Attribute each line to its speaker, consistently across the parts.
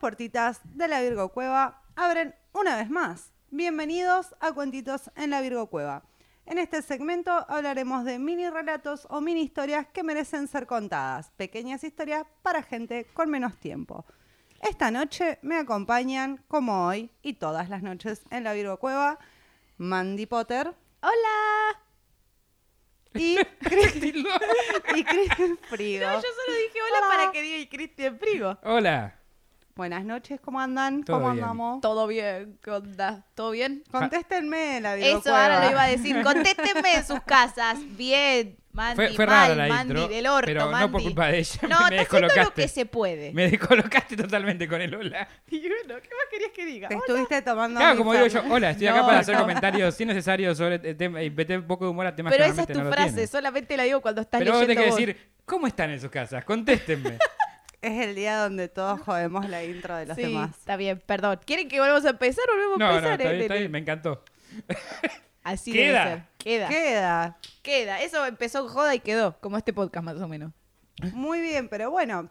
Speaker 1: puertitas de la Virgo Cueva abren una vez más. Bienvenidos a Cuentitos en la Virgo Cueva. En este segmento hablaremos de mini relatos o mini historias que merecen ser contadas, pequeñas historias para gente con menos tiempo. Esta noche me acompañan, como hoy y todas las noches en la Virgo Cueva, Mandy Potter
Speaker 2: ¡Hola!
Speaker 1: y, Cris- y Cristian Frigo.
Speaker 2: No, yo solo dije hola,
Speaker 1: Hola.
Speaker 2: para que diga el Cristian Frigo.
Speaker 3: Hola.
Speaker 1: Buenas noches, ¿cómo andan?
Speaker 3: Todo
Speaker 1: ¿Cómo
Speaker 3: bien.
Speaker 1: andamos?
Speaker 2: Todo bien, ¿qué onda? ¿Todo bien?
Speaker 1: Contéstenme la Virgo
Speaker 2: Eso ahora
Speaker 1: Cueva.
Speaker 2: lo iba a decir. Contéstenme en sus casas. Bien, Mandy.
Speaker 3: Fue, fue
Speaker 2: mal,
Speaker 3: rara la
Speaker 2: Mandy,
Speaker 3: intro,
Speaker 2: del orto,
Speaker 3: pero
Speaker 2: Mandy.
Speaker 3: no por culpa de ella.
Speaker 2: No,
Speaker 3: me
Speaker 2: está haciendo lo que
Speaker 3: descolocaste.
Speaker 2: se puede.
Speaker 3: Me descolocaste totalmente con el hola.
Speaker 2: Y bueno, ¿qué más querías que diga?
Speaker 1: Te estuviste tomando.
Speaker 3: claro,
Speaker 1: mi
Speaker 3: como digo yo,
Speaker 1: Fernet.
Speaker 3: hola, estoy
Speaker 2: No,
Speaker 3: acá para hacer
Speaker 2: no.
Speaker 3: comentarios innecesarios sobre el tema y meter un poco de humor a temas
Speaker 2: Pero
Speaker 3: que
Speaker 2: esa es
Speaker 3: realmente
Speaker 2: tu
Speaker 3: no lo
Speaker 2: frase,
Speaker 3: tienen.
Speaker 2: solamente la digo cuando estás
Speaker 3: Pero vos
Speaker 2: leyendo
Speaker 3: tenés que
Speaker 2: vos.
Speaker 3: decir, ¿cómo están en sus casas? Contéstenme.
Speaker 1: Es el día donde todos jodemos la intro de los
Speaker 2: sí,
Speaker 1: demás.
Speaker 2: está bien, perdón. ¿Quieren que volvamos a empezar? Volvemos a
Speaker 3: no, no,
Speaker 2: empezar.
Speaker 3: está
Speaker 2: eh,
Speaker 3: bien, está
Speaker 2: nene.
Speaker 3: bien, me encantó.
Speaker 2: Así
Speaker 3: Queda.
Speaker 2: debe ser. Queda.
Speaker 1: Queda.
Speaker 2: Queda. Eso empezó en joda y quedó, como este podcast más o menos.
Speaker 1: Muy bien, pero bueno.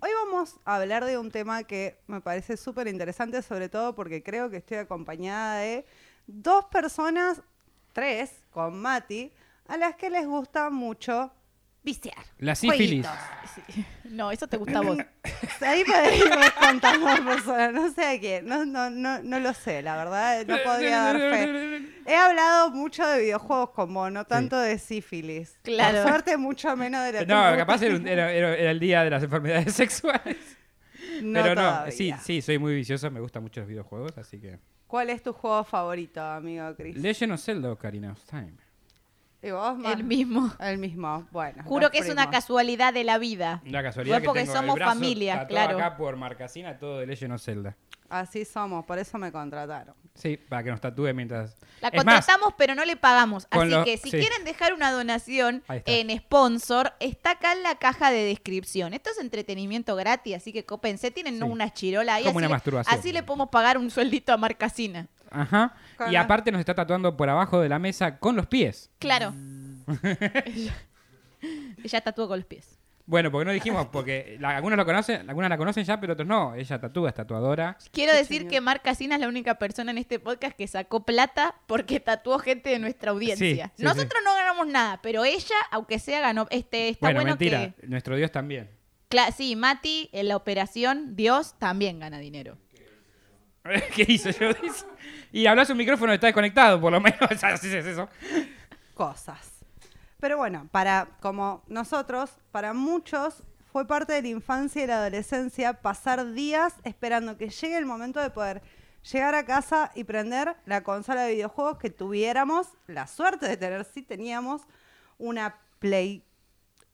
Speaker 1: Hoy vamos a hablar de un tema que me parece súper interesante, sobre todo porque creo que estoy acompañada de dos personas, tres, con Mati, a las que les gusta mucho viciar.
Speaker 3: La sífilis.
Speaker 2: Sí. No, eso te gusta a vos.
Speaker 1: Ahí podríamos contar más personas, no sé a quién, no, no, no, no lo sé, la verdad, no podría dar fe. He hablado mucho de videojuegos con vos, no tanto de sífilis.
Speaker 2: Claro.
Speaker 1: Por suerte, mucho menos de la que me
Speaker 3: No,
Speaker 1: gusta.
Speaker 3: capaz era, un- era- era- era el día de las enfermedades sexuales.
Speaker 1: No
Speaker 3: pero no,
Speaker 1: todavía.
Speaker 3: sí, sí, soy muy vicioso, me gustan mucho los videojuegos, así que.
Speaker 1: ¿Cuál es tu juego favorito, amigo Chris?
Speaker 3: Legend of Zelda Ocarina of Time.
Speaker 1: ¿Y vos, Mar?
Speaker 2: El mismo.
Speaker 1: El mismo, bueno.
Speaker 2: Juro
Speaker 1: los
Speaker 2: que es una
Speaker 1: primos.
Speaker 2: casualidad de la vida.
Speaker 3: La casualidad
Speaker 2: Fue porque
Speaker 3: que tengo
Speaker 2: somos
Speaker 3: el brazo
Speaker 2: familia,
Speaker 3: tatuado
Speaker 2: claro.
Speaker 3: acá por marcasina todo de Legend of Zelda.
Speaker 1: Así somos, por eso me contrataron.
Speaker 3: Sí, para que nos tatúe mientras.
Speaker 2: La
Speaker 3: Es más,
Speaker 2: contratamos, pero no le pagamos.
Speaker 3: con
Speaker 2: Así
Speaker 3: lo-
Speaker 2: que si
Speaker 3: sí.
Speaker 2: quieren dejar una donación
Speaker 3: Ahí está.
Speaker 2: en sponsor, está acá en la caja de descripción. Esto es entretenimiento gratis, así que cópense. Tienen
Speaker 3: Sí.
Speaker 2: una chirola ahí.
Speaker 3: Como
Speaker 2: así
Speaker 3: una
Speaker 2: le-
Speaker 3: masturbación.
Speaker 2: Así le podemos pagar un sueldito a Marcasina.
Speaker 3: Ajá.
Speaker 1: Con
Speaker 3: Y
Speaker 1: la-
Speaker 3: aparte nos está tatuando por abajo de la mesa con los pies.
Speaker 2: Claro. ella, ella tatuó con los pies.
Speaker 3: Bueno, porque no dijimos, porque la- algunos lo conocen, algunas la conocen ya, pero otros no. Ella tatúa, es tatuadora.
Speaker 2: Quiero
Speaker 1: Sí,
Speaker 2: decir
Speaker 1: señor.
Speaker 2: que Marcasina es la única persona en este podcast que sacó plata porque tatuó gente de nuestra audiencia.
Speaker 3: Sí, sí,
Speaker 2: Nosotros no ganamos nada, pero ella, aunque sea, ganó. Este, está
Speaker 3: bueno,
Speaker 2: bueno,
Speaker 3: mentira.
Speaker 2: que.
Speaker 3: Nuestro Dios también.
Speaker 2: Cla- sí, Mati, en la operación Dios también gana dinero.
Speaker 3: ¿Qué hizo yo? y hablas un micrófono que está desconectado, por lo menos. Así es eso.
Speaker 1: Cosas. Pero bueno, para como nosotros, para muchos fue parte de la infancia y la adolescencia pasar días esperando que llegue el momento de poder llegar a casa y prender la consola de videojuegos que tuviéramos la suerte de tener si teníamos una Play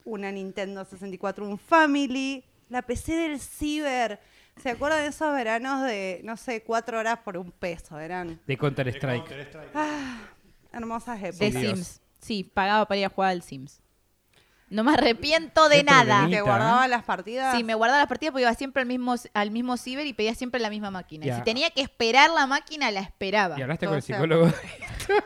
Speaker 1: una Nintendo 64, un Family, la PC del Ciber. ¿Se acuerdan de esos veranos de, no sé, cuatro horas por un peso? Eran
Speaker 3: De Counter Strike.
Speaker 1: hermosas
Speaker 2: De
Speaker 1: épocas.
Speaker 3: Dios.
Speaker 2: Sims. Sí, pagaba para ir a jugar al Sims. No me arrepiento de
Speaker 3: Qué
Speaker 2: nada.
Speaker 1: ¿Te
Speaker 3: Bonita.
Speaker 1: guardaba las partidas?
Speaker 2: Sí, me guardaba las partidas porque iba siempre al mismo, al mismo ciber y pedía siempre la misma máquina. Y
Speaker 3: Ya.
Speaker 2: si tenía que esperar la máquina, la esperaba.
Speaker 3: Y hablaste con el
Speaker 1: Entonces-
Speaker 3: psicólogo.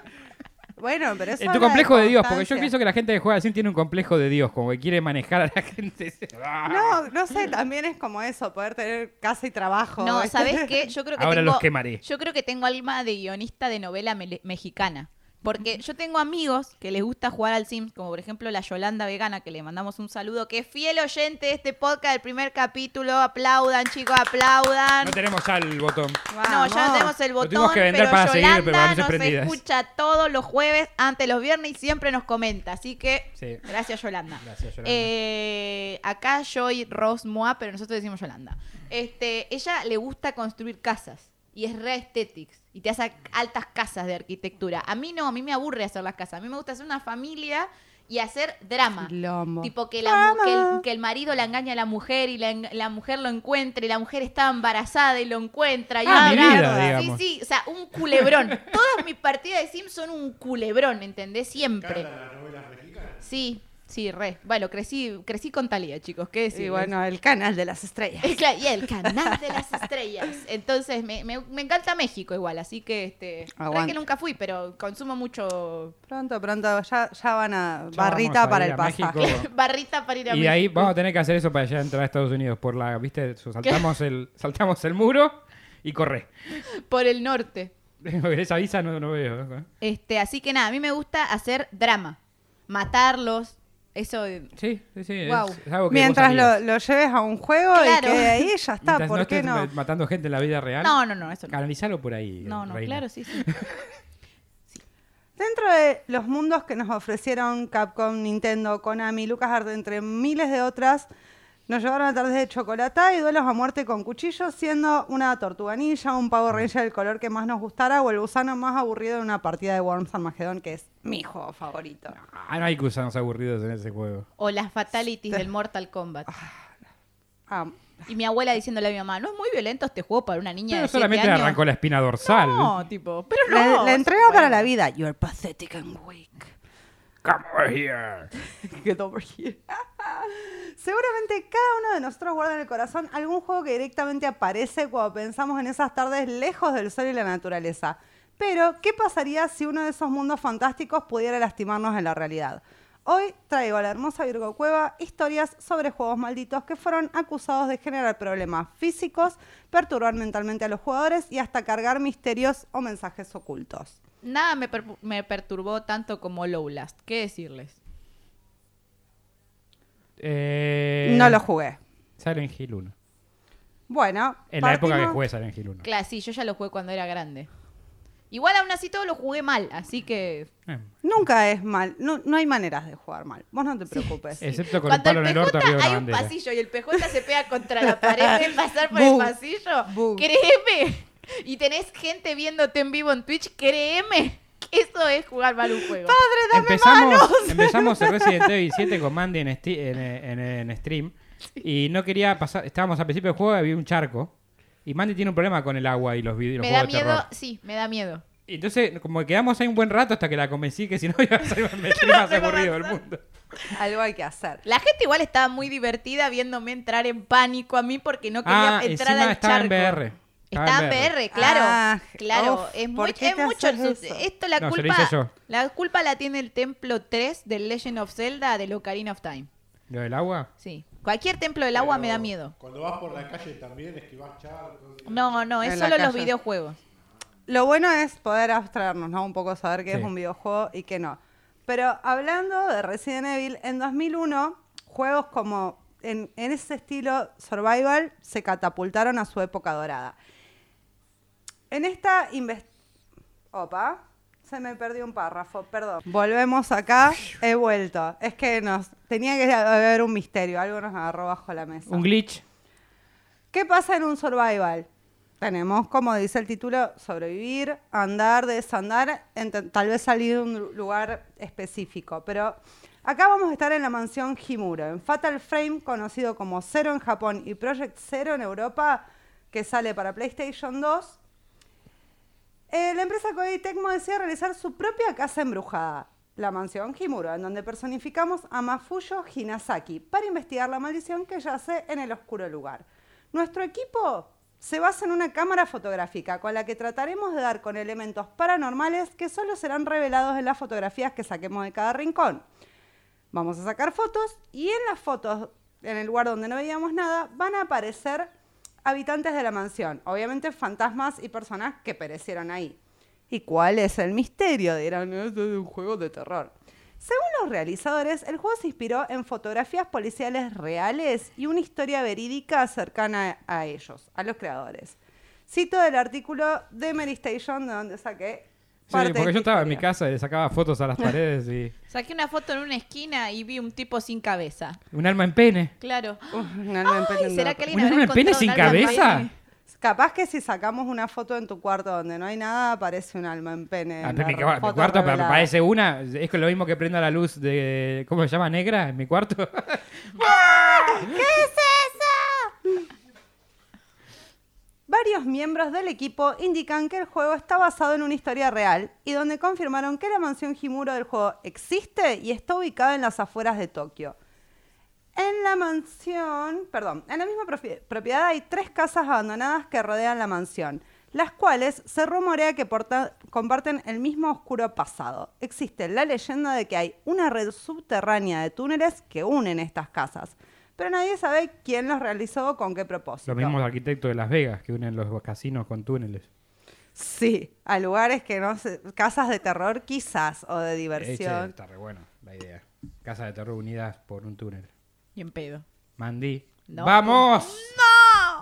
Speaker 1: Bueno, pero eso
Speaker 3: En tu
Speaker 1: habla
Speaker 3: complejo de, Dios, porque yo
Speaker 1: constancia.
Speaker 3: pienso que la gente que juega al Sim tiene un complejo de Dios, como que quiere manejar a la gente. Ah,
Speaker 1: No, no sé, también es como eso, poder tener casa y trabajo.
Speaker 2: No,
Speaker 1: ¿viste?
Speaker 2: ¿sabes qué? Yo creo que
Speaker 3: Ahora
Speaker 2: tengo,
Speaker 3: los quemaré.
Speaker 2: Yo creo que tengo alma de guionista de novela mele- mexicana. Porque yo tengo amigos que les gusta jugar al Sims, como por ejemplo la Yolanda Vegana, que le mandamos un saludo, que es fiel oyente de este podcast del primer capítulo. Aplaudan, chicos, aplaudan.
Speaker 3: No tenemos ya el botón.
Speaker 2: No,
Speaker 1: Vamos.
Speaker 2: ya no tenemos el
Speaker 3: Lo tuvimos
Speaker 2: botón,
Speaker 3: que vender
Speaker 2: pero
Speaker 3: para seguir,
Speaker 2: Yolanda
Speaker 3: pero vamos
Speaker 2: nos
Speaker 3: prendidas.
Speaker 2: escucha todos los jueves, antes los viernes y siempre nos comenta. Así que,
Speaker 3: Sí.
Speaker 2: gracias Yolanda.
Speaker 3: Gracias, Yolanda.
Speaker 2: Eh, acá yo y Ros Moa, pero nosotros decimos Yolanda. Este, ella le gusta construir casas y es re aesthetics y te hace altas casas de arquitectura. A mí no, a mí me aburre hacer las casas. A mí me gusta hacer una familia y hacer drama.
Speaker 1: Quilombo.
Speaker 2: Tipo que, la, mu- que,
Speaker 1: Drama.
Speaker 2: el, que el marido la engaña a la mujer y la, en- la mujer lo encuentra y la mujer está embarazada y lo encuentra. Y un
Speaker 3: Ah, mi
Speaker 2: drama.
Speaker 3: vida, digamos.
Speaker 2: Sí, sí, o sea, un culebrón. Todas mis partidas de Sims son un culebrón, ¿entendés? Siempre. Sí, Sí, re. Bueno, crecí, crecí con Talía, chicos. ¿Qué decir?
Speaker 1: y bueno, el canal de las estrellas.
Speaker 2: Eh, claro, y el canal de las estrellas. Entonces, me, me- me encanta México igual, así que este. la verdad
Speaker 1: Aguante.
Speaker 2: que nunca fui, pero consumo mucho
Speaker 1: Pronto, pronto, ya, ya van a.
Speaker 3: Ya vamos
Speaker 1: barrita
Speaker 3: a
Speaker 1: para
Speaker 3: ir
Speaker 1: el
Speaker 3: a México.
Speaker 1: pasaje.
Speaker 2: barrita para ir a
Speaker 3: Y de ahí
Speaker 2: México.
Speaker 3: vamos a tener que hacer eso para allá entrar a Estados Unidos. Por la, viste, So- saltamos el, saltamos el muro y corre.
Speaker 2: Por el norte.
Speaker 3: Esa visa no, no veo. ¿no?
Speaker 2: Este, así que nada, a mí me gusta hacer drama. Matarlos. Eso. eh,
Speaker 3: Sí, sí, sí. es-
Speaker 2: Guau.
Speaker 3: Es, algo que
Speaker 1: Mientras
Speaker 3: vos
Speaker 1: lo,
Speaker 3: harías.
Speaker 1: lo lleves a un juego y
Speaker 2: Claro.
Speaker 1: que de ahí ya está,
Speaker 3: Mientras
Speaker 1: ¿por
Speaker 3: no
Speaker 1: qué
Speaker 3: estés
Speaker 1: no?
Speaker 3: ma- matando gente en la vida real.
Speaker 2: No, no, no, eso no.
Speaker 3: Canalizalo por ahí.
Speaker 2: No, no,
Speaker 3: reina.
Speaker 2: claro, sí, sí.
Speaker 1: Dentro de los mundos que nos ofrecieron Capcom, Nintendo, Konami, LucasArts, entre miles de otras, nos llevaron a tardes de chocolate y duelos a muerte con cuchillos, siendo una tortuganilla, un pavo ranger del color que más nos gustara o el gusano más aburrido de una partida de Worms Armageddon, que es mi juego favorito.
Speaker 3: Ah, no hay gusanos aburridos en ese juego.
Speaker 2: O las fatalities del Mortal Kombat.
Speaker 1: Ah,
Speaker 2: Y mi abuela diciéndole a mi mamá, no es muy violento este juego para una niña
Speaker 3: Pero
Speaker 2: de siete
Speaker 3: solamente le
Speaker 2: años.
Speaker 3: arrancó la espina dorsal.
Speaker 2: No, tipo, pero
Speaker 1: la,
Speaker 2: no.
Speaker 1: la entrega
Speaker 2: bueno.
Speaker 1: para la vida. You're pathetic and weak.
Speaker 3: Come over here.
Speaker 1: Get over here. Seguramente cada uno de nosotros guarda en el corazón algún juego que directamente aparece cuando pensamos en esas tardes lejos del sol y la naturaleza. Pero, ¿qué pasaría si uno de esos mundos fantásticos pudiera lastimarnos en la realidad? Hoy traigo a la hermosa Virgo Cueva historias sobre juegos malditos que fueron acusados de generar problemas físicos, perturbar mentalmente a los jugadores y hasta cargar misterios o mensajes ocultos.
Speaker 2: Nada me, per- me perturbó tanto como Lowlast. ¿Qué decirles?
Speaker 3: Eh,
Speaker 1: no lo jugué.
Speaker 3: Silent Hill 1.
Speaker 1: Bueno,
Speaker 3: En la época que
Speaker 1: partimos-
Speaker 3: jugué Silent Hill 1.
Speaker 2: Claro, sí, yo ya lo jugué cuando era grande. Igual aún así todo lo jugué mal, así que...
Speaker 3: Eh,
Speaker 1: Nunca es mal, no, no hay maneras de jugar mal. Vos no te preocupes.
Speaker 3: Excepto con un
Speaker 2: Cuando
Speaker 3: palo
Speaker 2: el
Speaker 3: en el
Speaker 2: PJ
Speaker 3: orto arriba de
Speaker 2: hay
Speaker 3: la
Speaker 2: un
Speaker 3: bandera.
Speaker 2: pasillo y el PJ se pega contra la pared de pasar por el
Speaker 1: Bu.
Speaker 2: pasillo,
Speaker 1: Bu.
Speaker 2: créeme. Y tenés gente viéndote en vivo en Twitch, créeme. que Eso es jugar mal un juego.
Speaker 3: empezamos, empezamos el Resident Evil 7 con Mandy en, sti- en, en- en stream y no quería pasar. Estábamos al principio del juego y había un charco. Y Mandy tiene un problema con el agua y los, vid- los
Speaker 2: me da
Speaker 3: juegos de
Speaker 2: miedo,
Speaker 3: terror.
Speaker 2: sí, me da miedo.
Speaker 3: Y Entonces, como que quedamos ahí un buen rato hasta que la convencí que si no iba a ser el stream más
Speaker 2: iba a
Speaker 3: aburrido del
Speaker 2: pasar.
Speaker 3: mundo.
Speaker 1: Algo hay que hacer.
Speaker 2: La gente igual estaba muy divertida viéndome entrar en pánico a mí porque no quería
Speaker 3: Ah,
Speaker 2: entrar
Speaker 3: encima
Speaker 2: al
Speaker 3: estaba en
Speaker 2: charco.
Speaker 3: VR. Estaba
Speaker 2: Estaba
Speaker 3: en
Speaker 2: en
Speaker 3: VR.
Speaker 2: VR, claro.
Speaker 1: Ah,
Speaker 2: claro,
Speaker 1: uf,
Speaker 2: es,
Speaker 1: ¿por
Speaker 2: muy-
Speaker 1: qué
Speaker 2: es
Speaker 1: te
Speaker 2: mucho.
Speaker 1: haces
Speaker 2: el sus-
Speaker 1: eso?
Speaker 2: Esto la
Speaker 3: No, se lo
Speaker 2: culpa
Speaker 3: hice yo.
Speaker 2: la culpa la tiene el templo 3 del Legend of Zelda de Ocarina of Time.
Speaker 3: Lo del agua.
Speaker 2: Sí. Cualquier templo del agua me da miedo.
Speaker 4: Cuando vas por la calle también esquivas charcos.
Speaker 2: No, no, es
Speaker 1: En la
Speaker 2: solo los
Speaker 1: calle.
Speaker 2: videojuegos.
Speaker 1: Lo bueno es poder abstraernos, ¿no? Un poco saber qué
Speaker 3: Sí.
Speaker 1: es un videojuego y qué no. Pero hablando de Resident Evil, en 2001, juegos como en, en ese estilo survival se catapultaron a su época dorada. En esta inves- Opa, se me perdió un párrafo, perdón. Volvemos acá, he vuelto. Es que nos tenía que haber un misterio, algo nos agarró bajo la mesa.
Speaker 3: Un glitch.
Speaker 1: ¿Qué pasa en un survival? Tenemos, como dice el título, sobrevivir, andar, desandar, ent- tal vez salir de un lu- lugar específico. Pero acá vamos a estar en la mansión Himuro, en Fatal Frame, conocido como Zero en Japón y Project Zero en Europa, que sale para PlayStation 2. Eh, la empresa Koei Tecmo decide realizar su propia casa embrujada, la mansión Himuro, en donde personificamos a Mafuyo Hinasaki para investigar la maldición que yace en el oscuro lugar. Nuestro equipo se basa en una cámara fotográfica con la que trataremos de dar con elementos paranormales que solo serán revelados en las fotografías que saquemos de cada rincón. Vamos a sacar fotos y en las fotos, en el lugar donde no veíamos nada, van a aparecer habitantes de la mansión. Obviamente fantasmas y personas que perecieron ahí. ¿Y cuál es el misterio? Dirán, esto es un juego de terror. Según los realizadores, el juego se inspiró en fotografías policiales reales y una historia verídica cercana a ellos, a los creadores. Cito del artículo de Mary Station, de donde saqué
Speaker 3: Sí,
Speaker 1: parte de
Speaker 3: porque
Speaker 1: esta
Speaker 3: yo estaba en mi
Speaker 1: historia.
Speaker 3: casa y le sacaba fotos a las paredes y.
Speaker 2: Saqué una foto en una esquina y vi un tipo sin cabeza.
Speaker 3: Un alma en pene.
Speaker 2: Claro.
Speaker 1: Uf, no, no,
Speaker 2: Ay,
Speaker 1: empecé-
Speaker 2: ¿será
Speaker 1: no,
Speaker 2: que alguien
Speaker 3: ¿Un
Speaker 2: habrá
Speaker 3: alma en pene
Speaker 2: encontrado
Speaker 3: sin
Speaker 2: un alma en
Speaker 3: cabeza?
Speaker 2: pene?
Speaker 1: Capaz que si sacamos una foto en tu cuarto donde no hay nada, aparece un alma en pene.
Speaker 3: Ah,
Speaker 1: en
Speaker 3: pero mi,
Speaker 1: la
Speaker 3: cua- mi
Speaker 1: foto
Speaker 3: cuarto pa-
Speaker 1: revelada.
Speaker 3: parece una. Es lo mismo que prenda la luz de. ¿Cómo se llama? ¿Negra? En mi cuarto.
Speaker 1: ¿Qué es eso? Va varios miembros del equipo indican que el juego está basado en una historia real y donde confirmaron que la mansión Himuro del juego existe y está ubicada en las afueras de Tokio. En la mansión, perdón, en la misma propi- propiedad hay tres casas abandonadas que rodean la mansión, las cuales se rumorea que porta- comparten el mismo oscuro pasado. Existe la leyenda de que hay una red subterránea de túneles que unen estas casas, pero nadie sabe quién los realizó o con qué propósito.
Speaker 3: Los mismos arquitectos de Las Vegas que unen los casinos con túneles.
Speaker 1: Sí, a lugares que no se, casas de terror quizás o de
Speaker 3: Este,
Speaker 1: diversión.
Speaker 3: está re bueno la idea. Casa de terror unidas por un túnel.
Speaker 2: Y en pedo.
Speaker 3: Mandy.
Speaker 2: No.
Speaker 3: ¡Vamos!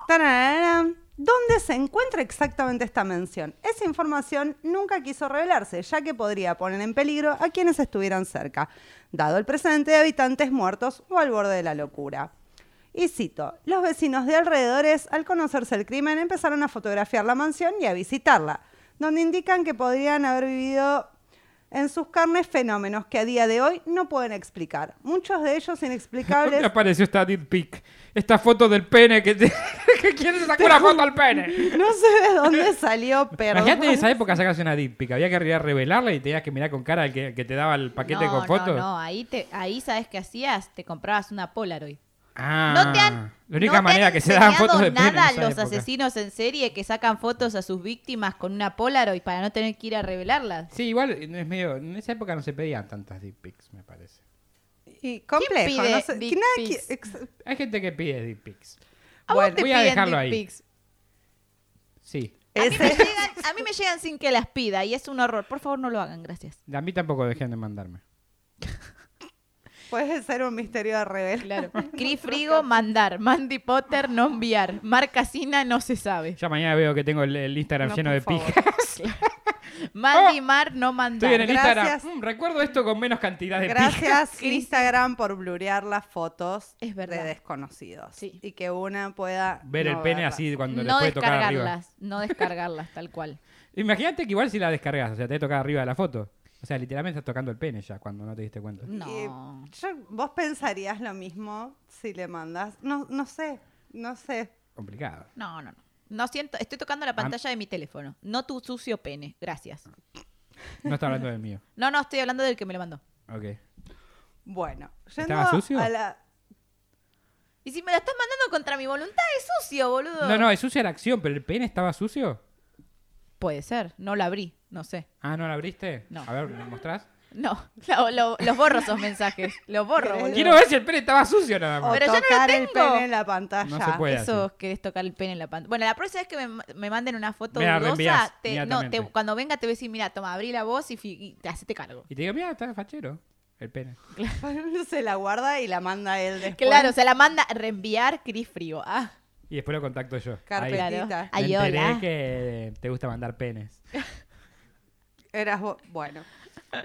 Speaker 1: Tarararán. ¿Dónde se encuentra exactamente esta mención? Esa información nunca quiso revelarse, ya que podría poner en peligro a quienes estuvieran cerca, dado el presente de habitantes muertos o al borde de la locura. Y cito, los vecinos de alrededores, al conocerse el crimen, empezaron a fotografiar la mansión y a visitarla, donde indican que podrían haber vivido en sus carnes fenómenos que a día de hoy no pueden explicar, muchos de ellos
Speaker 3: ¿Dónde
Speaker 1: inexplicables
Speaker 3: apareció esta deep pic? Esta foto del pene que, te... que quiere sacar una foto al pene.
Speaker 1: No sé de dónde salió, pero.
Speaker 3: Imagínate en esa época sacarse una deep pic. Había que ir a revelarla y tenías que mirar con cara al que, al que te daba el paquete
Speaker 2: no,
Speaker 3: con fotos.
Speaker 2: No, no, ahí, te, ahí sabes qué hacías, te comprabas una Polaroid.
Speaker 3: Ah,
Speaker 2: no te han.
Speaker 3: la única
Speaker 2: no te
Speaker 3: manera
Speaker 2: han
Speaker 3: que se daban
Speaker 2: enseñado
Speaker 3: fotos de pene en
Speaker 2: nada
Speaker 3: esa
Speaker 2: los
Speaker 3: época.
Speaker 2: asesinos en serie que sacan fotos a sus víctimas con una Polaroid para no tener que ir a revelarlas.
Speaker 3: Sí, igual es medio, en esa época no se pedían tantas deep pics, me parece.
Speaker 1: Y complejo.
Speaker 2: ¿Quién pide
Speaker 1: no sé,
Speaker 2: dick
Speaker 1: que nadie
Speaker 2: pics?
Speaker 1: qui- ex-
Speaker 3: Hay gente que pide deep pics.
Speaker 2: A
Speaker 3: Bueno,
Speaker 2: vos te
Speaker 3: voy a
Speaker 2: piden
Speaker 3: dejarlo
Speaker 2: dick
Speaker 3: ahí.
Speaker 2: pics.
Speaker 3: Sí.
Speaker 2: A mí, me
Speaker 1: ese-
Speaker 2: llegan, a mí me llegan sin que las pida y es un horror. Por favor, no lo hagan, gracias.
Speaker 3: A mí tampoco dejen de mandarme.
Speaker 1: puede ser un misterio de rebel.
Speaker 2: Claro. Cris Frigo, mandar. Mandy Potter, no enviar. Mar Casina, no se sabe.
Speaker 3: Ya mañana veo que tengo el, el Instagram
Speaker 1: No,
Speaker 3: lleno
Speaker 1: por
Speaker 3: de
Speaker 1: favor.
Speaker 3: pijas.
Speaker 2: Mandy Mar, no mandar.
Speaker 3: Estoy en el
Speaker 1: Gracias.
Speaker 3: Instagram. Mm, recuerdo esto con menos cantidad de pijas.
Speaker 1: Gracias Instagram por blurear las fotos
Speaker 2: Es verdad.
Speaker 1: de desconocidos.
Speaker 2: Sí.
Speaker 1: Y que una pueda
Speaker 3: Ver
Speaker 1: no
Speaker 3: el pene
Speaker 1: verlas.
Speaker 3: así cuando
Speaker 2: no
Speaker 3: le puede tocar arriba.
Speaker 2: descargarlas, no descargarlas, tal cual.
Speaker 3: Imagínate que igual si la descargas, o sea, te toca arriba de la foto. O sea, literalmente estás tocando el pene ya cuando no te diste cuenta.
Speaker 2: No.
Speaker 1: Y yo- vos pensarías lo mismo si le mandas. No, no sé, no sé.
Speaker 3: Complicado.
Speaker 2: No, no, no. No siento, estoy tocando
Speaker 3: Ah.
Speaker 2: la pantalla de mi teléfono, no tu sucio pene, gracias.
Speaker 3: No está hablando del mío.
Speaker 2: No, no, estoy hablando del que me lo mandó.
Speaker 3: Ok.
Speaker 1: Bueno, yendo
Speaker 3: ¿Estaba sucio?
Speaker 1: a la.
Speaker 2: Y si me lo estás mandando contra mi voluntad, es sucio, boludo.
Speaker 3: No, no, es sucia la acción, pero el pene estaba sucio.
Speaker 2: Puede ser, no lo abrí, no sé.
Speaker 3: Ah, ¿no la abriste?
Speaker 2: No.
Speaker 3: A ver, ¿me mostrás?
Speaker 2: No, lo- lo- los borro esos mensajes, los borro, boludo.
Speaker 3: Quiero ver si el pene estaba sucio nada
Speaker 1: O
Speaker 3: más.
Speaker 2: Pero yo no lo
Speaker 1: tocar el
Speaker 2: tengo.
Speaker 1: pene en la pantalla.
Speaker 3: No se puede.
Speaker 2: Eso querés tocar el pene en la pantalla. Bueno, la próxima vez que me, me manden una foto
Speaker 3: Me la
Speaker 2: dudosa,
Speaker 3: reenvías
Speaker 2: te, no,
Speaker 3: inmediatamente.
Speaker 2: te- cuando venga te voy a decir, mira, toma, abrí la voz y, fi- y te hacete cargo.
Speaker 3: Y te digo, mira, está fachero el pene.
Speaker 1: se la guarda y la manda él después.
Speaker 2: Claro, se la manda reenviar Cris Frío. Ah,
Speaker 3: Y después lo contacto yo.
Speaker 1: Carpetita.
Speaker 3: Ahí.
Speaker 2: claro.
Speaker 3: Me
Speaker 2: Ay,
Speaker 3: enteré
Speaker 2: hola.
Speaker 3: que te gusta mandar penes.
Speaker 1: Eras vos. Bueno,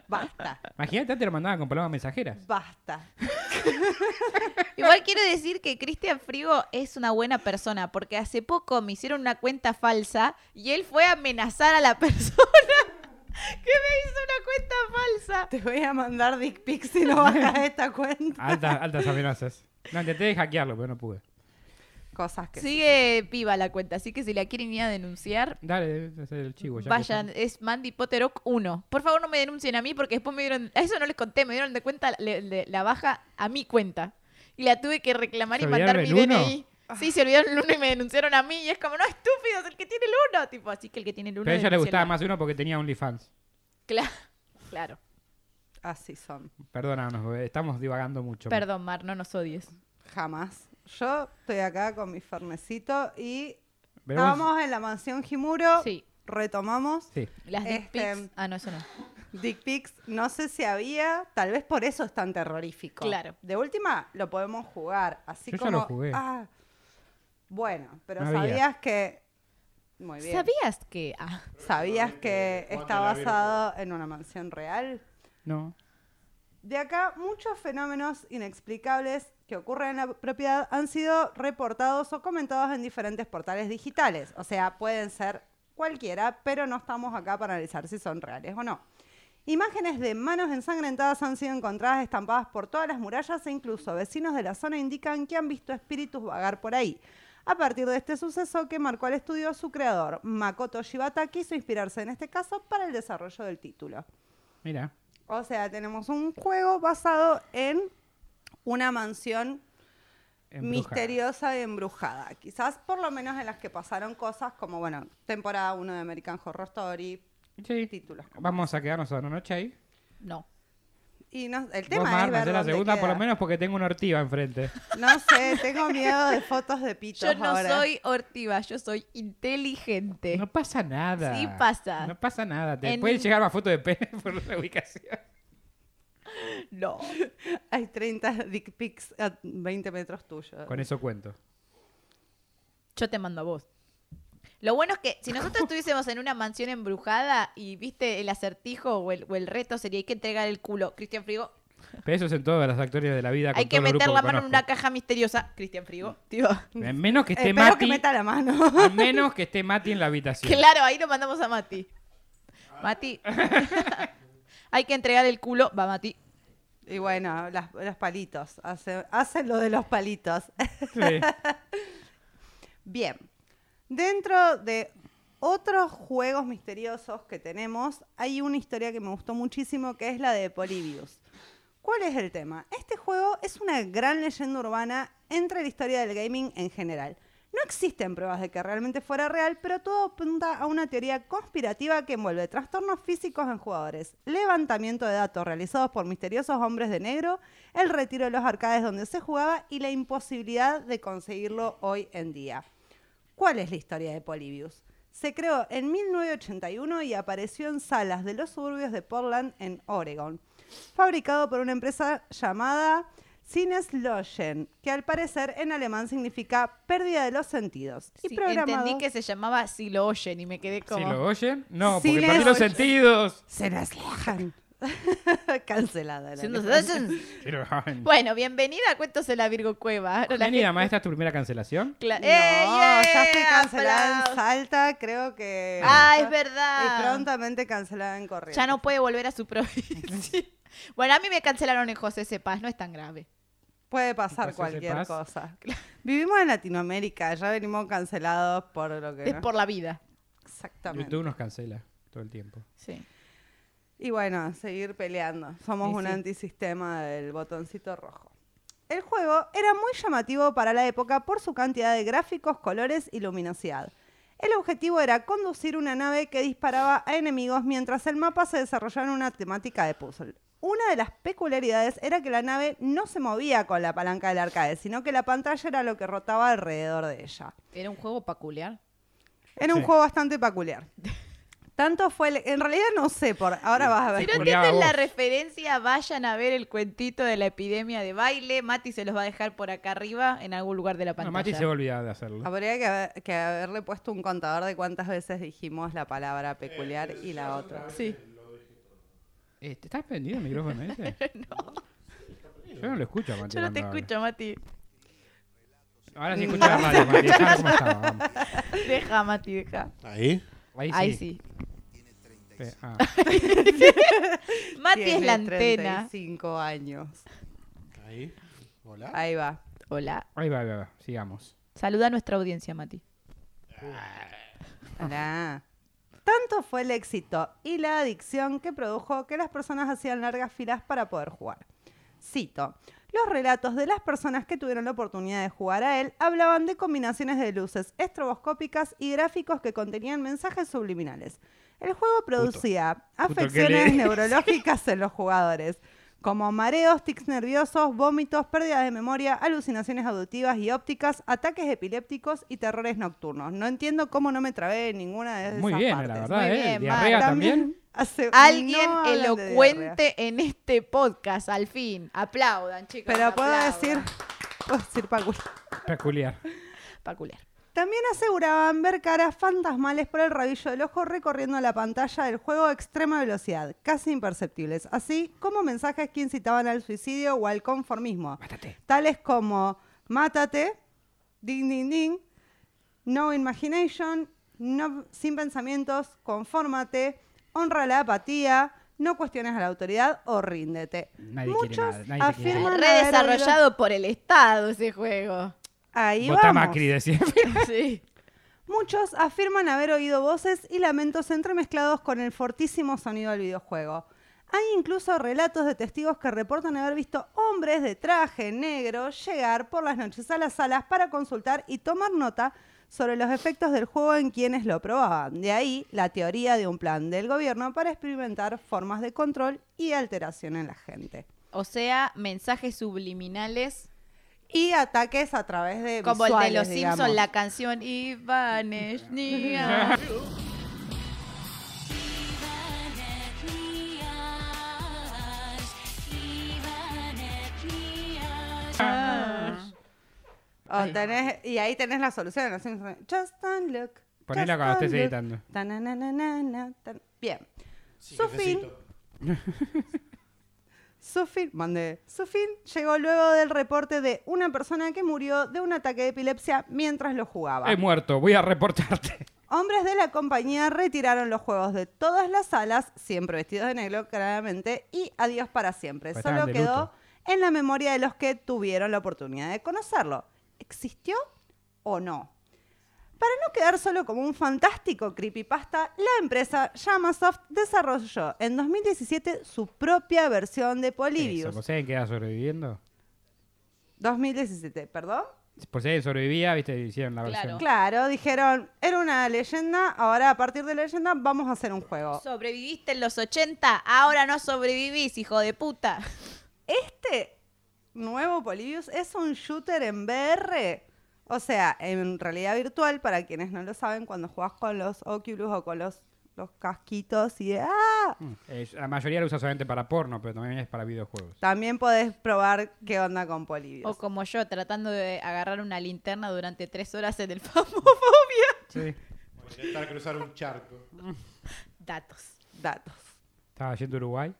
Speaker 1: basta,
Speaker 3: Imagínate, te lo mandaban con palabras mensajeras.
Speaker 1: basta.
Speaker 2: Igual quiero decir que Cristian Frigo es una buena persona porque hace poco me hicieron una cuenta falsa y él fue a amenazar a la persona que me hizo una cuenta falsa.
Speaker 1: Te voy a mandar dick pics si no bajas esta cuenta.
Speaker 3: Altas, altas amenazas. No, intenté de hackearlo, pero no pude.
Speaker 1: Cosas que.
Speaker 2: Sigue viva la cuenta, así que si la quieren ir a denunciar,
Speaker 3: Dale, debes hacer el chivo. ya que
Speaker 2: vayan. Es Mandy Potterock 1. Por favor, no me denuncien a mí porque después me dieron. A eso no les conté, me dieron de cuenta le- le- la baja a mi cuenta. Y la tuve que reclamar
Speaker 3: ¿Se
Speaker 2: y mandar mi
Speaker 3: olvidaron el uno?
Speaker 2: DNI.
Speaker 1: Ah.
Speaker 2: Sí, se olvidaron el uno y me denunciaron a mí. Y es como, no, estúpidos, el que tiene el uno. Tipo, así que el que tiene el uno.
Speaker 3: Pero a ella le gustaba
Speaker 2: denúncienlo.
Speaker 3: más uno porque tenía OnlyFans.
Speaker 2: Claro, claro.
Speaker 1: Así son.
Speaker 3: Perdónanos, bebé, estamos divagando mucho.
Speaker 2: Perdón, Mar, no nos odies.
Speaker 1: Jamás. Yo estoy acá con mi fernecito y
Speaker 3: Pero
Speaker 1: estábamos en la mansión Jimuro.
Speaker 2: Sí.
Speaker 1: Retomamos.
Speaker 3: Sí.
Speaker 2: Las dick
Speaker 1: Oh. Este,
Speaker 2: pics- Ah, no, eso no.
Speaker 1: Dick pics, no sé si había, tal vez por eso es tan terrorífico.
Speaker 2: Claro.
Speaker 1: De última lo podemos jugar, así
Speaker 3: Yo ya
Speaker 1: como
Speaker 3: lo jugué.
Speaker 1: ah. bueno, pero
Speaker 3: No había.
Speaker 1: sabías que muy bien.
Speaker 2: ¿Sabías que.? Ah,
Speaker 1: ¿Sabías que
Speaker 4: Probablemente
Speaker 1: está
Speaker 4: Juan de la Vera
Speaker 1: basado en una mansión real?
Speaker 3: No.
Speaker 1: De acá, muchos fenómenos inexplicables que ocurren en la propiedad han sido reportados o comentados en diferentes portales digitales. O sea, pueden ser cualquiera, pero no estamos acá para analizar si son reales o no. Imágenes de manos ensangrentadas han sido encontradas estampadas por todas las murallas e incluso vecinos de la zona indican que han visto espíritus vagar por ahí. a partir de este suceso que marcó al estudio su creador. Makoto Shibata quiso inspirarse en este caso para el desarrollo del título.
Speaker 3: Mira.
Speaker 1: O sea, tenemos un juego basado en una mansión
Speaker 3: embrujada.
Speaker 1: misteriosa y embrujada. Quizás por lo menos en las que pasaron cosas como, bueno, temporada 1 de American Horror Story.
Speaker 3: Sí.
Speaker 1: títulos como
Speaker 3: Vamos a quedarnos una noche ahí.
Speaker 2: No.
Speaker 1: Y no- el
Speaker 3: Vos
Speaker 1: tema
Speaker 3: me
Speaker 1: es
Speaker 3: armas
Speaker 1: ver
Speaker 3: de la
Speaker 1: dónde
Speaker 3: segunda por lo
Speaker 1: queda.
Speaker 3: menos porque tengo una ortiva enfrente.
Speaker 1: No sé, tengo miedo de fotos de pitos
Speaker 2: Yo no
Speaker 1: ahora.
Speaker 2: soy hortiva, yo soy inteligente.
Speaker 3: No pasa nada.
Speaker 2: Sí pasa.
Speaker 3: No pasa nada. Te
Speaker 2: En-
Speaker 3: puede llegar una foto de pene por la ubicación.
Speaker 2: No.
Speaker 1: Hay 30 dick pics a 20 metros tuyos.
Speaker 3: Con eso cuento.
Speaker 2: Yo te mando a vos. Lo bueno es que si nosotros estuviésemos en una mansión embrujada y viste el acertijo o el, o el reto sería hay que entregar el culo, Cristian Frigo.
Speaker 3: Pero eso es en todas las actorias de la vida. con
Speaker 2: Hay que
Speaker 3: todos los
Speaker 2: meter la
Speaker 3: grupos que
Speaker 2: mano en una
Speaker 3: conozco.
Speaker 2: caja misteriosa, Cristian Frigo. Tío.
Speaker 3: A menos que esté
Speaker 1: Espero
Speaker 3: este Mati.
Speaker 1: que meta la mano.
Speaker 3: A menos que esté Mati en la habitación.
Speaker 2: Claro, ahí lo mandamos a Mati. Mati. hay que entregar el culo, va Mati.
Speaker 1: Y bueno, las- los palitos. Hace- hacen lo de los palitos.
Speaker 3: Sí.
Speaker 1: Bien. Dentro de otros juegos misteriosos que tenemos, hay una historia que me gustó muchísimo que es la de Polybius. ¿Cuál es el tema? Este juego es una gran leyenda urbana entre la historia del gaming en general. No existen pruebas de que realmente fuera real, pero todo apunta a una teoría conspirativa que envuelve trastornos físicos en jugadores, levantamiento de datos realizados por misteriosos hombres de negro, el retiro de los arcades donde se jugaba y la imposibilidad de conseguirlo hoy en día. ¿Cuál es la historia de Polybius? Se creó en 1981 y apareció en salas de los suburbios de Portland, en Oregon. Fabricado por una empresa llamada Cines Loschen, que al parecer en alemán significa pérdida de los sentidos. Y
Speaker 2: Sí,
Speaker 1: programado.
Speaker 2: Entendí que se llamaba Si lo oyen y me quedé
Speaker 3: Si
Speaker 2: como...
Speaker 3: lo oyen, no,
Speaker 1: Sí,
Speaker 3: porque
Speaker 1: le
Speaker 3: perdí los
Speaker 1: oyen.
Speaker 3: sentidos.
Speaker 1: Se las lejan. Cancelada. la
Speaker 2: Si no se
Speaker 1: lejan.
Speaker 2: oyen.
Speaker 3: Sí lo oyen.
Speaker 2: Bueno, bienvenida a Cuentos de la Virgo Cueva. La
Speaker 3: Bienvenida,
Speaker 2: gente-
Speaker 3: maestra, es tu primera cancelación.
Speaker 2: Cla-
Speaker 1: No,
Speaker 2: ¡Eh, yeah!
Speaker 1: ya estoy cancelada en
Speaker 2: Aplausos.
Speaker 1: Salta, creo
Speaker 3: Eh,
Speaker 1: que.
Speaker 2: Ah, es
Speaker 1: Y
Speaker 2: verdad.
Speaker 1: prontamente cancelada en Corrientes.
Speaker 2: Ya no puede volver a su provincia. bueno, a mí me cancelaron en José Cepaz, no es tan grave.
Speaker 1: Puede pasar
Speaker 3: Entonces,
Speaker 1: cualquier
Speaker 3: sepas.
Speaker 1: cosa. Vivimos en Latinoamérica, ya venimos cancelados por lo que.
Speaker 2: Es
Speaker 1: no-
Speaker 2: por la vida.
Speaker 1: Exactamente.
Speaker 3: YouTube nos cancela todo el tiempo.
Speaker 2: Sí.
Speaker 1: Y bueno, seguir peleando. Somos
Speaker 2: Sí,
Speaker 1: un
Speaker 2: sí.
Speaker 1: antisistema del botoncito rojo. El juego era muy llamativo para la época por su cantidad de gráficos, colores y luminosidad. El objetivo era conducir una nave que disparaba a enemigos mientras el mapa se desarrollaba en una temática de puzzle. Una de las peculiaridades era que la nave no se movía con la palanca del arcade, sino que la pantalla era lo que rotaba alrededor de ella.
Speaker 2: Era un juego peculiar.
Speaker 1: Era un
Speaker 3: Sí.
Speaker 1: juego bastante peculiar. Tanto fue... el- En realidad no sé, por ahora vas a ver.
Speaker 2: Si no
Speaker 3: Peculiar a
Speaker 2: entienden la
Speaker 3: vos.
Speaker 2: referencia, vayan a ver el cuentito de la epidemia de baile. Mati se los va a dejar por acá arriba, en algún lugar de la
Speaker 3: Bueno,
Speaker 2: pantalla.
Speaker 3: Mati se va a olvidar de hacerlo.
Speaker 1: Habría que, haber- que haberle puesto un contador de cuántas veces dijimos la palabra peculiar y la otra.
Speaker 2: Sí.
Speaker 3: Eh, ¿te ¿Estás prendido el micrófono ese? no. Yo no lo escucho, Mati.
Speaker 2: Yo no te
Speaker 3: cuando habla.
Speaker 2: escucho, Mati.
Speaker 3: Ahora sí escucho la radio, Mati. dejá cómo estaba, vamos.
Speaker 2: Deja, Mati, deja.
Speaker 4: Ahí.
Speaker 3: Ahí sí.
Speaker 2: Ahí sí.
Speaker 3: Pe- ah.
Speaker 2: Mati es la
Speaker 1: Tiene
Speaker 2: antena.
Speaker 1: 35 años.
Speaker 4: Ahí. Hola.
Speaker 1: Ahí va.
Speaker 2: Hola.
Speaker 3: Ahí va, ahí va, ahí va. Sigamos.
Speaker 2: Saluda a nuestra audiencia, Mati.
Speaker 1: Alá. Tanto fue el éxito y la adicción que produjo que las personas hacían largas filas para poder jugar. Cito. Los relatos de las personas que tuvieron la oportunidad de jugar a él hablaban de combinaciones de luces estroboscópicas y gráficos que contenían mensajes subliminales. El juego producía
Speaker 3: Puto que
Speaker 1: afecciones
Speaker 3: le-
Speaker 1: neurológicas en los jugadores, como mareos, tics nerviosos, vómitos, pérdidas de memoria, alucinaciones auditivas y ópticas, ataques epilépticos y terrores nocturnos. No entiendo cómo no me trabé en ninguna de esas
Speaker 3: Muy bien,
Speaker 1: partes.
Speaker 3: la verdad,
Speaker 2: Muy
Speaker 3: ¿eh?
Speaker 2: bien,
Speaker 3: Diarrea
Speaker 2: Mati.
Speaker 3: también.
Speaker 1: hace-
Speaker 2: Alguien
Speaker 1: no hablan de diarrea.
Speaker 2: elocuente en este podcast, al fin. Aplaudan, chicos.
Speaker 1: Pero puedo
Speaker 2: aplaudan.
Speaker 1: decir, puedo decir Paco.
Speaker 3: Peculiar.
Speaker 2: Peculiar.
Speaker 1: También aseguraban ver caras fantasmales por el rabillo del ojo recorriendo la pantalla del juego a extrema velocidad, casi imperceptibles, así como mensajes que incitaban al suicidio o al conformismo,
Speaker 3: Mátate.
Speaker 1: tales como mátate, ding ding ding, no imagination, no sin pensamientos, confórmate, honra la apatía, no cuestiones a la autoridad o ríndete.
Speaker 3: Nadie quiere
Speaker 1: Muchos
Speaker 3: nada, nadie te quiere
Speaker 1: afirman
Speaker 3: nada.
Speaker 1: haber oído-
Speaker 2: Redesarrollado por el Estado ese juego.
Speaker 1: Ahí
Speaker 3: Votá
Speaker 1: vamos.
Speaker 3: Macri, decía.
Speaker 2: Sí.
Speaker 1: Muchos afirman haber oído voces y lamentos entremezclados con el fortísimo sonido del videojuego. Hay incluso relatos de testigos que reportan haber visto hombres de traje negro llegar por las noches a las salas para consultar y tomar nota sobre los efectos del juego en quienes lo probaban. De ahí la teoría de un plan del gobierno para experimentar formas de control y alteración en la gente.
Speaker 2: O sea, mensajes subliminales
Speaker 1: Y ataques a través de...
Speaker 2: como el de
Speaker 1: visuales,
Speaker 2: los
Speaker 1: digamos.
Speaker 2: Simpsons, la canción Ivaneshnia.
Speaker 1: O tenés- y ahí tenés la solución. en los Simpsons. Just don't look.
Speaker 3: Ponela
Speaker 1: just
Speaker 3: cuando estés
Speaker 1: don't look.
Speaker 3: editando.
Speaker 1: Tananana, tan- Bien.
Speaker 4: Sí,
Speaker 1: Su fin.
Speaker 4: jefecito.
Speaker 1: Su fin, mandé. Su fin llegó luego del reporte de una persona que murió de un ataque de epilepsia mientras lo jugaba.
Speaker 3: He muerto, voy a reportarte.
Speaker 1: Hombres de la compañía retiraron los juegos de todas las salas, siempre vestidos de negro, claramente, y adiós para siempre.
Speaker 3: Pues
Speaker 1: Solo
Speaker 3: estaban de
Speaker 1: quedó
Speaker 3: luto.
Speaker 1: en la memoria de los que tuvieron la oportunidad de conocerlo. ¿Existió o no? Para no quedar solo como un fantástico creepypasta, la empresa Yamasoft desarrolló en 2017 su propia versión de Polybius.
Speaker 3: ¿Por si alguien queda sobreviviendo?
Speaker 1: 2017, perdón.
Speaker 3: Por si alguien sobrevivía, viste, hicieron la
Speaker 2: Claro.
Speaker 3: versión.
Speaker 1: Claro, dijeron, era una leyenda, ahora a partir de la leyenda vamos a hacer un juego.
Speaker 2: Sobreviviste en los 80, ahora no sobrevivís, hijo de puta.
Speaker 1: Este nuevo Polybius es un shooter en VR. O sea, en realidad virtual, para quienes no lo saben, cuando jugás con los Oculus o con los, los casquitos y de, ¡ah!
Speaker 3: Mm. Eh, la mayoría lo usa solamente para porno, pero también es para videojuegos.
Speaker 1: También podés probar qué onda con Polybius.
Speaker 2: O como yo, tratando de agarrar una linterna durante tres horas en el famofobia.
Speaker 3: Sí.
Speaker 4: Por Intentar cruzar un charco.
Speaker 2: Datos,
Speaker 1: Datos.
Speaker 3: Estaba yendo a Uruguay.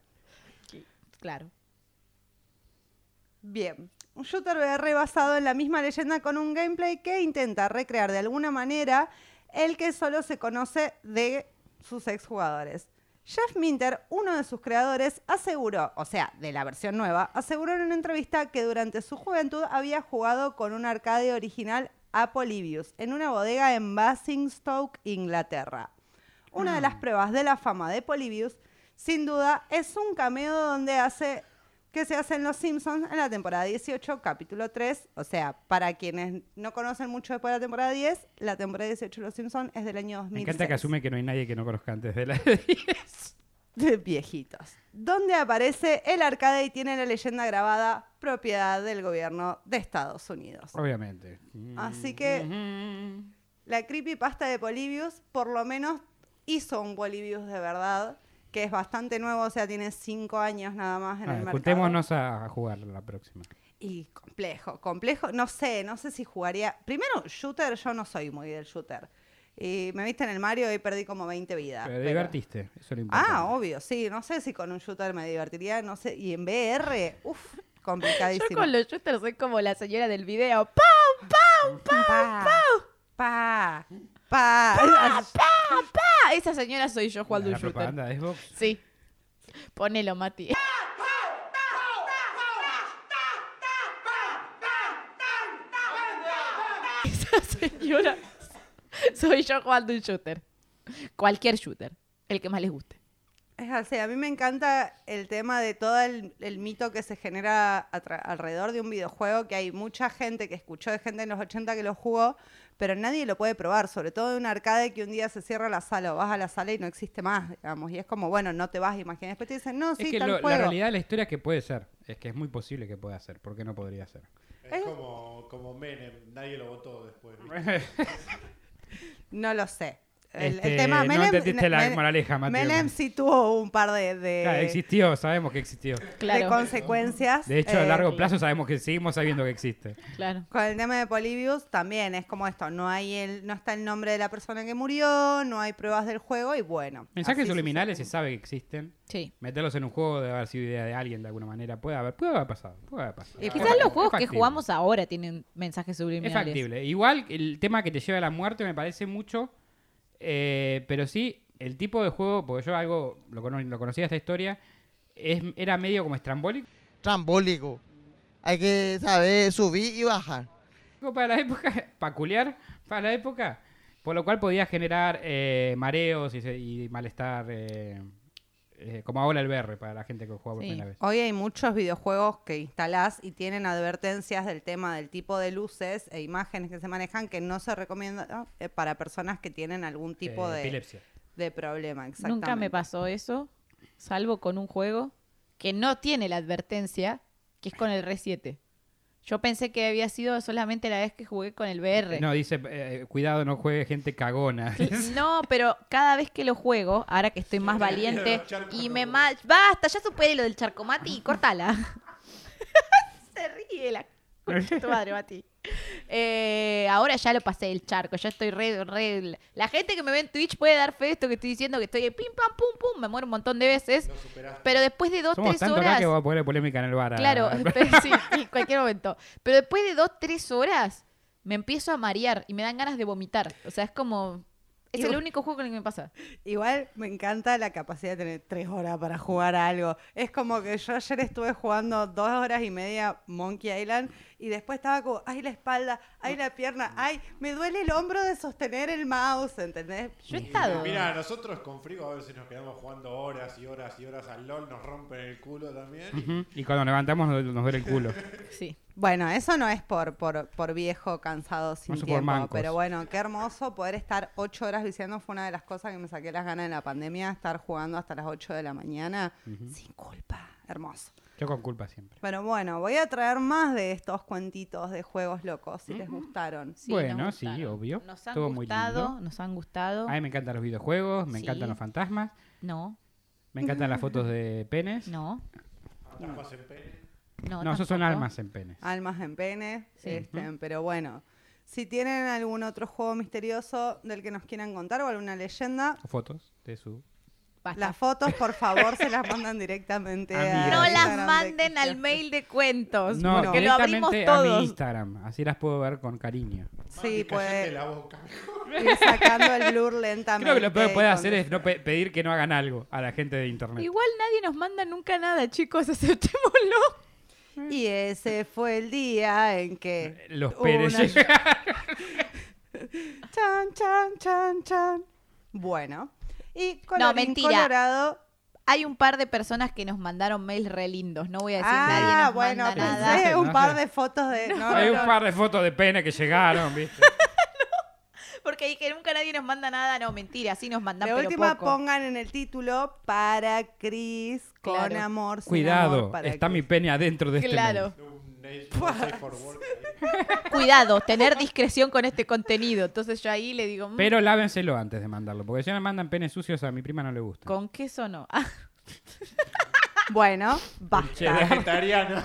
Speaker 2: claro.
Speaker 1: Bien. Un shooter VR basado en la misma leyenda con un gameplay que intenta recrear de alguna manera el que solo se conoce de sus exjugadores. Jeff Minter, uno de sus creadores, aseguró, o sea, de la versión nueva, aseguró en una entrevista que durante su juventud había jugado con un arcade original a Polybius en una bodega en Basingstoke, Inglaterra. Una
Speaker 3: Mm.
Speaker 1: de las pruebas de la fama de Polybius, sin duda, es un cameo donde hace que se hace en Los Simpsons en la temporada 18, capítulo 3. O sea, para quienes no conocen mucho después de la temporada 10, la temporada 18 de Los Simpsons es del año 2006.
Speaker 3: Me encanta que asume que no hay nadie que no conozca antes de la...
Speaker 1: de viejitos. Donde aparece el arcade y tiene la leyenda grabada propiedad del gobierno de Estados Unidos.
Speaker 3: Obviamente.
Speaker 1: Así que-
Speaker 3: Mm.
Speaker 1: La creepypasta de Polybius por lo menos hizo un Polybius de verdad, que es bastante nuevo, o sea, tiene cinco años nada más en el
Speaker 3: Ah,
Speaker 1: mercado.
Speaker 3: juntémonos a, a jugar la próxima.
Speaker 1: Y complejo, complejo. No sé, no sé si jugaría. Primero, shooter, yo no soy muy del shooter. Y me viste en el Mario y perdí como 20 vidas.
Speaker 3: Pero
Speaker 1: Ah, pero-
Speaker 3: divertiste, eso es lo importante.
Speaker 1: Ah, obvio, sí. No sé si con un shooter me divertiría, no sé. Y en VR, uff, complicadísimo.
Speaker 2: Yo con los shooters soy como la señora del video. ¡Pau!
Speaker 1: pa, pa, pa,
Speaker 2: ¡Pau! ¡Pau! Esa señora soy yo jugando un
Speaker 3: La
Speaker 2: shooter.
Speaker 3: propaganda de Xbox.
Speaker 2: Sí. Ponelo, Mati. Esa señora soy yo jugando un shooter. Cualquier shooter. El que más les guste.
Speaker 1: Es así, a mí me encanta el tema de todo el, el mito que se genera atra- alrededor de un videojuego, que hay mucha gente que escuchó de gente en los 80 que lo jugó, pero nadie lo puede probar, sobre todo en un arcade que un día se cierra la sala o vas a la sala y no existe más, digamos, y es como, bueno, no te vas, imagina. Después te dicen, no, sí,
Speaker 3: es que
Speaker 1: tal
Speaker 3: lo- la
Speaker 1: juego.
Speaker 3: realidad de la historia es que puede ser. Es que es muy posible que pueda ser. ¿Por qué no podría ser?
Speaker 1: Es-
Speaker 4: Es como, como Menem, nadie lo votó después. ¿viste?
Speaker 1: No lo sé. El, el
Speaker 3: Este,
Speaker 1: tema
Speaker 3: no
Speaker 1: Menem,
Speaker 3: entendiste la
Speaker 1: Menem-
Speaker 3: moraleja, Mateo.
Speaker 1: Menem sí tuvo un par de, de-
Speaker 3: Claro, existió, sabemos que existió.
Speaker 1: de
Speaker 2: Claro.
Speaker 1: consecuencias.
Speaker 3: De hecho, a
Speaker 1: eh,
Speaker 3: largo plazo sabemos que seguimos sabiendo que existe.
Speaker 2: Claro.
Speaker 1: Con el tema de Polybius también es como esto, no hay el, no está el nombre de la persona que murió, no hay pruebas del juego y bueno.
Speaker 3: Mensajes
Speaker 1: así
Speaker 3: subliminales se sabe que existen.
Speaker 2: Sí.
Speaker 3: Meterlos en un juego debe haber sido idea de alguien de alguna manera. Puede haber, puede haber pasado. Puede haber pasado.
Speaker 1: Y
Speaker 3: Es
Speaker 2: Quizás
Speaker 3: factible,
Speaker 2: los juegos
Speaker 3: es
Speaker 2: que
Speaker 3: factible.
Speaker 2: jugamos ahora tienen mensajes
Speaker 3: Es
Speaker 2: subliminales.
Speaker 3: factible. Igual el tema que te lleva a la muerte me parece mucho. eh, pero sí, el tipo de juego, porque yo algo lo, cono- lo conocía esta historia, es, era medio como estrambólico.
Speaker 5: trambólico. Hay que saber subir y bajar.
Speaker 3: Algo para la época, peculiar para la época, por lo cual podía generar eh, mareos y, se- y malestar, eh, eh, como ahora el BR para la gente que juega por
Speaker 2: Sí.
Speaker 3: primera vez.
Speaker 1: Hoy hay muchos videojuegos que instalás y tienen advertencias del tema del tipo de luces e imágenes que se manejan que no se recomiendan ¿no? Eh, para personas que tienen algún tipo
Speaker 3: Eh,
Speaker 1: de,
Speaker 3: Epilepsia.
Speaker 1: de problema. Exactamente.
Speaker 5: Nunca me pasó eso, salvo con un juego
Speaker 2: que no tiene la advertencia, que es con el Re 7. Yo pensé que había sido solamente la vez que jugué con el VR.
Speaker 3: No, dice, eh, cuidado, no juegue gente cagona.
Speaker 2: No, pero cada vez que lo juego, ahora que estoy más valiente
Speaker 4: Charco
Speaker 2: y
Speaker 4: no
Speaker 2: me
Speaker 4: voy.
Speaker 2: mal... Basta, ya superé lo del charcomati, cortala. Se ríe la concha de tu madre, Mati. Eh, ahora ya lo pasé el charco, ya estoy re, re- La gente que me ve en Twitch puede dar fe de esto que estoy diciendo, que estoy de pim, pam, pum, pum, me muero un montón de veces.
Speaker 4: Lo superaste.
Speaker 2: Pero después de dos,
Speaker 3: Somos
Speaker 2: tres
Speaker 3: tanto acá
Speaker 2: horas...
Speaker 3: que va a poner polémica en el bar. a-
Speaker 2: Claro, pero sí, en cualquier momento. Pero después de dos, tres horas, me empiezo a marear y me dan ganas de vomitar. O sea, es como. Es
Speaker 1: Y
Speaker 2: el
Speaker 1: bu-
Speaker 2: único juego con el que me pasa.
Speaker 1: Igual me encanta la capacidad de tener tres horas para jugar a algo. Es como que yo ayer estuve jugando dos horas y media Monkey Island y después estaba como, ay la espalda, ay la pierna, ay, me duele el hombro de sostener el mouse, ¿entendés?
Speaker 2: Yo he estado.
Speaker 4: Mira, nosotros con Frigo a veces nos quedamos jugando horas y horas y horas al LOL, nos rompen el culo también.
Speaker 3: Ujú. Y cuando levantamos nos, nos duele el culo.
Speaker 2: Sí.
Speaker 1: Bueno, eso no es por, por, por viejo cansado sin
Speaker 3: No es por
Speaker 1: tiempo,
Speaker 3: mancos.
Speaker 1: pero bueno, qué hermoso poder estar ocho horas viciando fue una de las cosas que me saqué las ganas en la pandemia, estar jugando hasta las ocho de la mañana sin culpa, hermoso.
Speaker 3: Yo con culpa siempre.
Speaker 1: Pero bueno, voy a traer más de estos cuentitos de juegos locos si les gustaron.
Speaker 2: sí,
Speaker 3: Bueno,
Speaker 2: nos
Speaker 3: sí,
Speaker 2: gustaron.
Speaker 3: obvio.
Speaker 2: Nos han
Speaker 3: Estuvo muy
Speaker 2: gustado,
Speaker 3: lindo.
Speaker 2: nos han gustado.
Speaker 3: A mí me encantan los videojuegos, me
Speaker 2: Sí.
Speaker 3: encantan los fantasmas,
Speaker 2: No,
Speaker 3: me encantan las fotos de penes.
Speaker 2: no,
Speaker 4: Atajos en pene.
Speaker 2: no.
Speaker 3: No, esos son
Speaker 2: tampoco. Ah.
Speaker 3: almas en penes.
Speaker 1: Almas en pene,
Speaker 2: Sí.
Speaker 1: este, pero bueno. Si tienen algún otro juego misterioso del que nos quieran contar o alguna leyenda,
Speaker 3: O fotos de su...
Speaker 2: Basta.
Speaker 1: las fotos por favor se las mandan directamente
Speaker 3: A mí,
Speaker 1: a
Speaker 3: gracias.
Speaker 2: No
Speaker 1: Instagram de
Speaker 2: las manden al
Speaker 1: Cristian.
Speaker 2: mail de cuentos,
Speaker 3: No,
Speaker 2: porque lo abrimos
Speaker 3: directamente a mi
Speaker 2: todos.
Speaker 3: Instagram. Así las puedo ver con cariño.
Speaker 1: Sí,
Speaker 4: Mati, cállate
Speaker 2: pues.
Speaker 1: puede
Speaker 4: la boca.
Speaker 1: ir sacando el blur lentamente.
Speaker 3: Creo que lo peor que puede
Speaker 1: y
Speaker 3: hacer
Speaker 1: con-
Speaker 3: es no pe- pedir que no hagan algo a la gente de internet.
Speaker 2: Igual nadie nos manda nunca nada, chicos, aceptémoslo.
Speaker 1: Y ese fue el día en que...
Speaker 3: Los
Speaker 1: hubo
Speaker 3: Pérez
Speaker 1: una-
Speaker 3: llegaron.
Speaker 1: Chan, chan, chan, chan. Bueno. Y con
Speaker 2: mentira.
Speaker 1: colorado...
Speaker 2: Hay un par de personas que nos mandaron mails re lindos, no voy a decir nadie
Speaker 1: Ah,
Speaker 2: nos
Speaker 1: bueno,
Speaker 2: manda
Speaker 1: pensé
Speaker 2: nada.
Speaker 3: nada.
Speaker 1: un
Speaker 3: No
Speaker 1: par
Speaker 3: sé.
Speaker 1: de fotos de... no,
Speaker 3: Hay
Speaker 1: no,
Speaker 3: un par de fotos de pene que llegaron, ¿viste?
Speaker 2: Porque dije, nunca nadie nos manda nada. No, mentira, sí nos mandan,
Speaker 1: La
Speaker 2: pero
Speaker 1: última
Speaker 2: poco.
Speaker 1: pongan en el título para Cris con
Speaker 2: Claro.
Speaker 1: amor. sin amor
Speaker 3: Cuidado,
Speaker 1: para
Speaker 3: está mi
Speaker 1: Cris".
Speaker 3: pene adentro de este
Speaker 2: Claro.
Speaker 3: mail.
Speaker 4: Un Nails- un safe for work ahí.
Speaker 2: Cuidado, tener discreción con este contenido. Entonces yo ahí le digo, mm,
Speaker 3: Pero lávenselo antes de mandarlo, porque si no me mandan penes sucios a mi prima no le gusta.
Speaker 2: ¿con queso no? Ah,
Speaker 1: Bueno, basta.
Speaker 4: Vegetariano.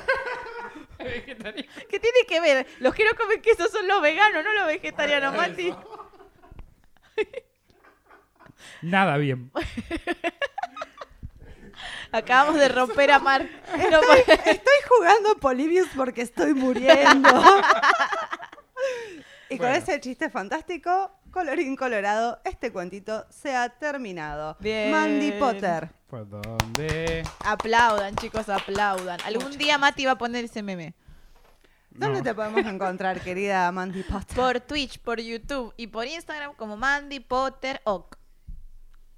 Speaker 2: ¿Qué tiene que ver? Los que no comen queso son los veganos, no los vegetarianos, Mati.
Speaker 3: Nada bien.
Speaker 2: Acabamos de romper a Mar. No, pues,
Speaker 1: Estoy jugando Polybius porque estoy muriendo. y con
Speaker 3: Bueno.
Speaker 1: ese chiste fantástico, colorín colorado, este cuentito se ha terminado.
Speaker 2: Bien.
Speaker 1: Mandy Potter.
Speaker 3: ¿Por dónde?
Speaker 2: aplaudan, chicos, aplaudan. Algún día Mati va a poner ese meme.
Speaker 1: ¿Dónde
Speaker 3: No.
Speaker 1: te podemos encontrar, querida Mandy Potter?
Speaker 2: Por Twitch, por YouTube y por Instagram como Mandy Potter Oc.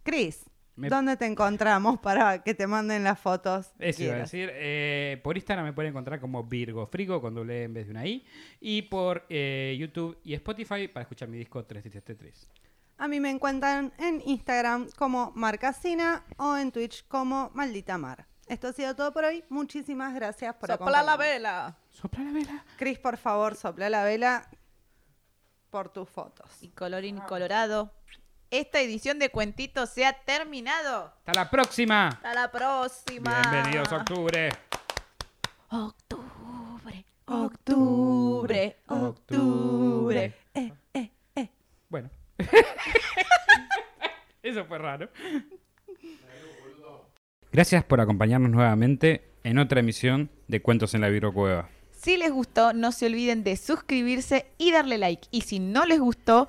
Speaker 1: Cris,
Speaker 3: Me-
Speaker 1: ¿dónde te encontramos para que te manden las fotos? que
Speaker 3: Eso iba a
Speaker 1: quieras?
Speaker 3: decir. eh, por Instagram me pueden encontrar como Virgo Frigo con doble E en vez de una I. Y por eh, YouTube y Spotify para escuchar mi disco 3333.
Speaker 1: A mí me encuentran en Instagram como Marcasina o en Twitch como Maldita Mar. Esto ha sido todo por hoy. Muchísimas gracias por
Speaker 2: Sopla la
Speaker 1: acompañarnos.
Speaker 2: vela.
Speaker 3: Sopla la vela.
Speaker 1: Cris, por favor, sopla la vela por tus fotos.
Speaker 2: Y colorín colorado. Esta edición de Cuentitos se ha terminado.
Speaker 3: Hasta la próxima.
Speaker 2: Hasta la próxima.
Speaker 3: Bienvenidos a octubre.
Speaker 2: Octubre,
Speaker 1: Octubre, Eh,
Speaker 2: octubre.
Speaker 3: Bueno. Eso fue raro. Gracias por acompañarnos nuevamente en otra emisión de Cuentos en la Virgocueva.
Speaker 2: Si les gustó, no se olviden de suscribirse y darle like. Y si no les gustó,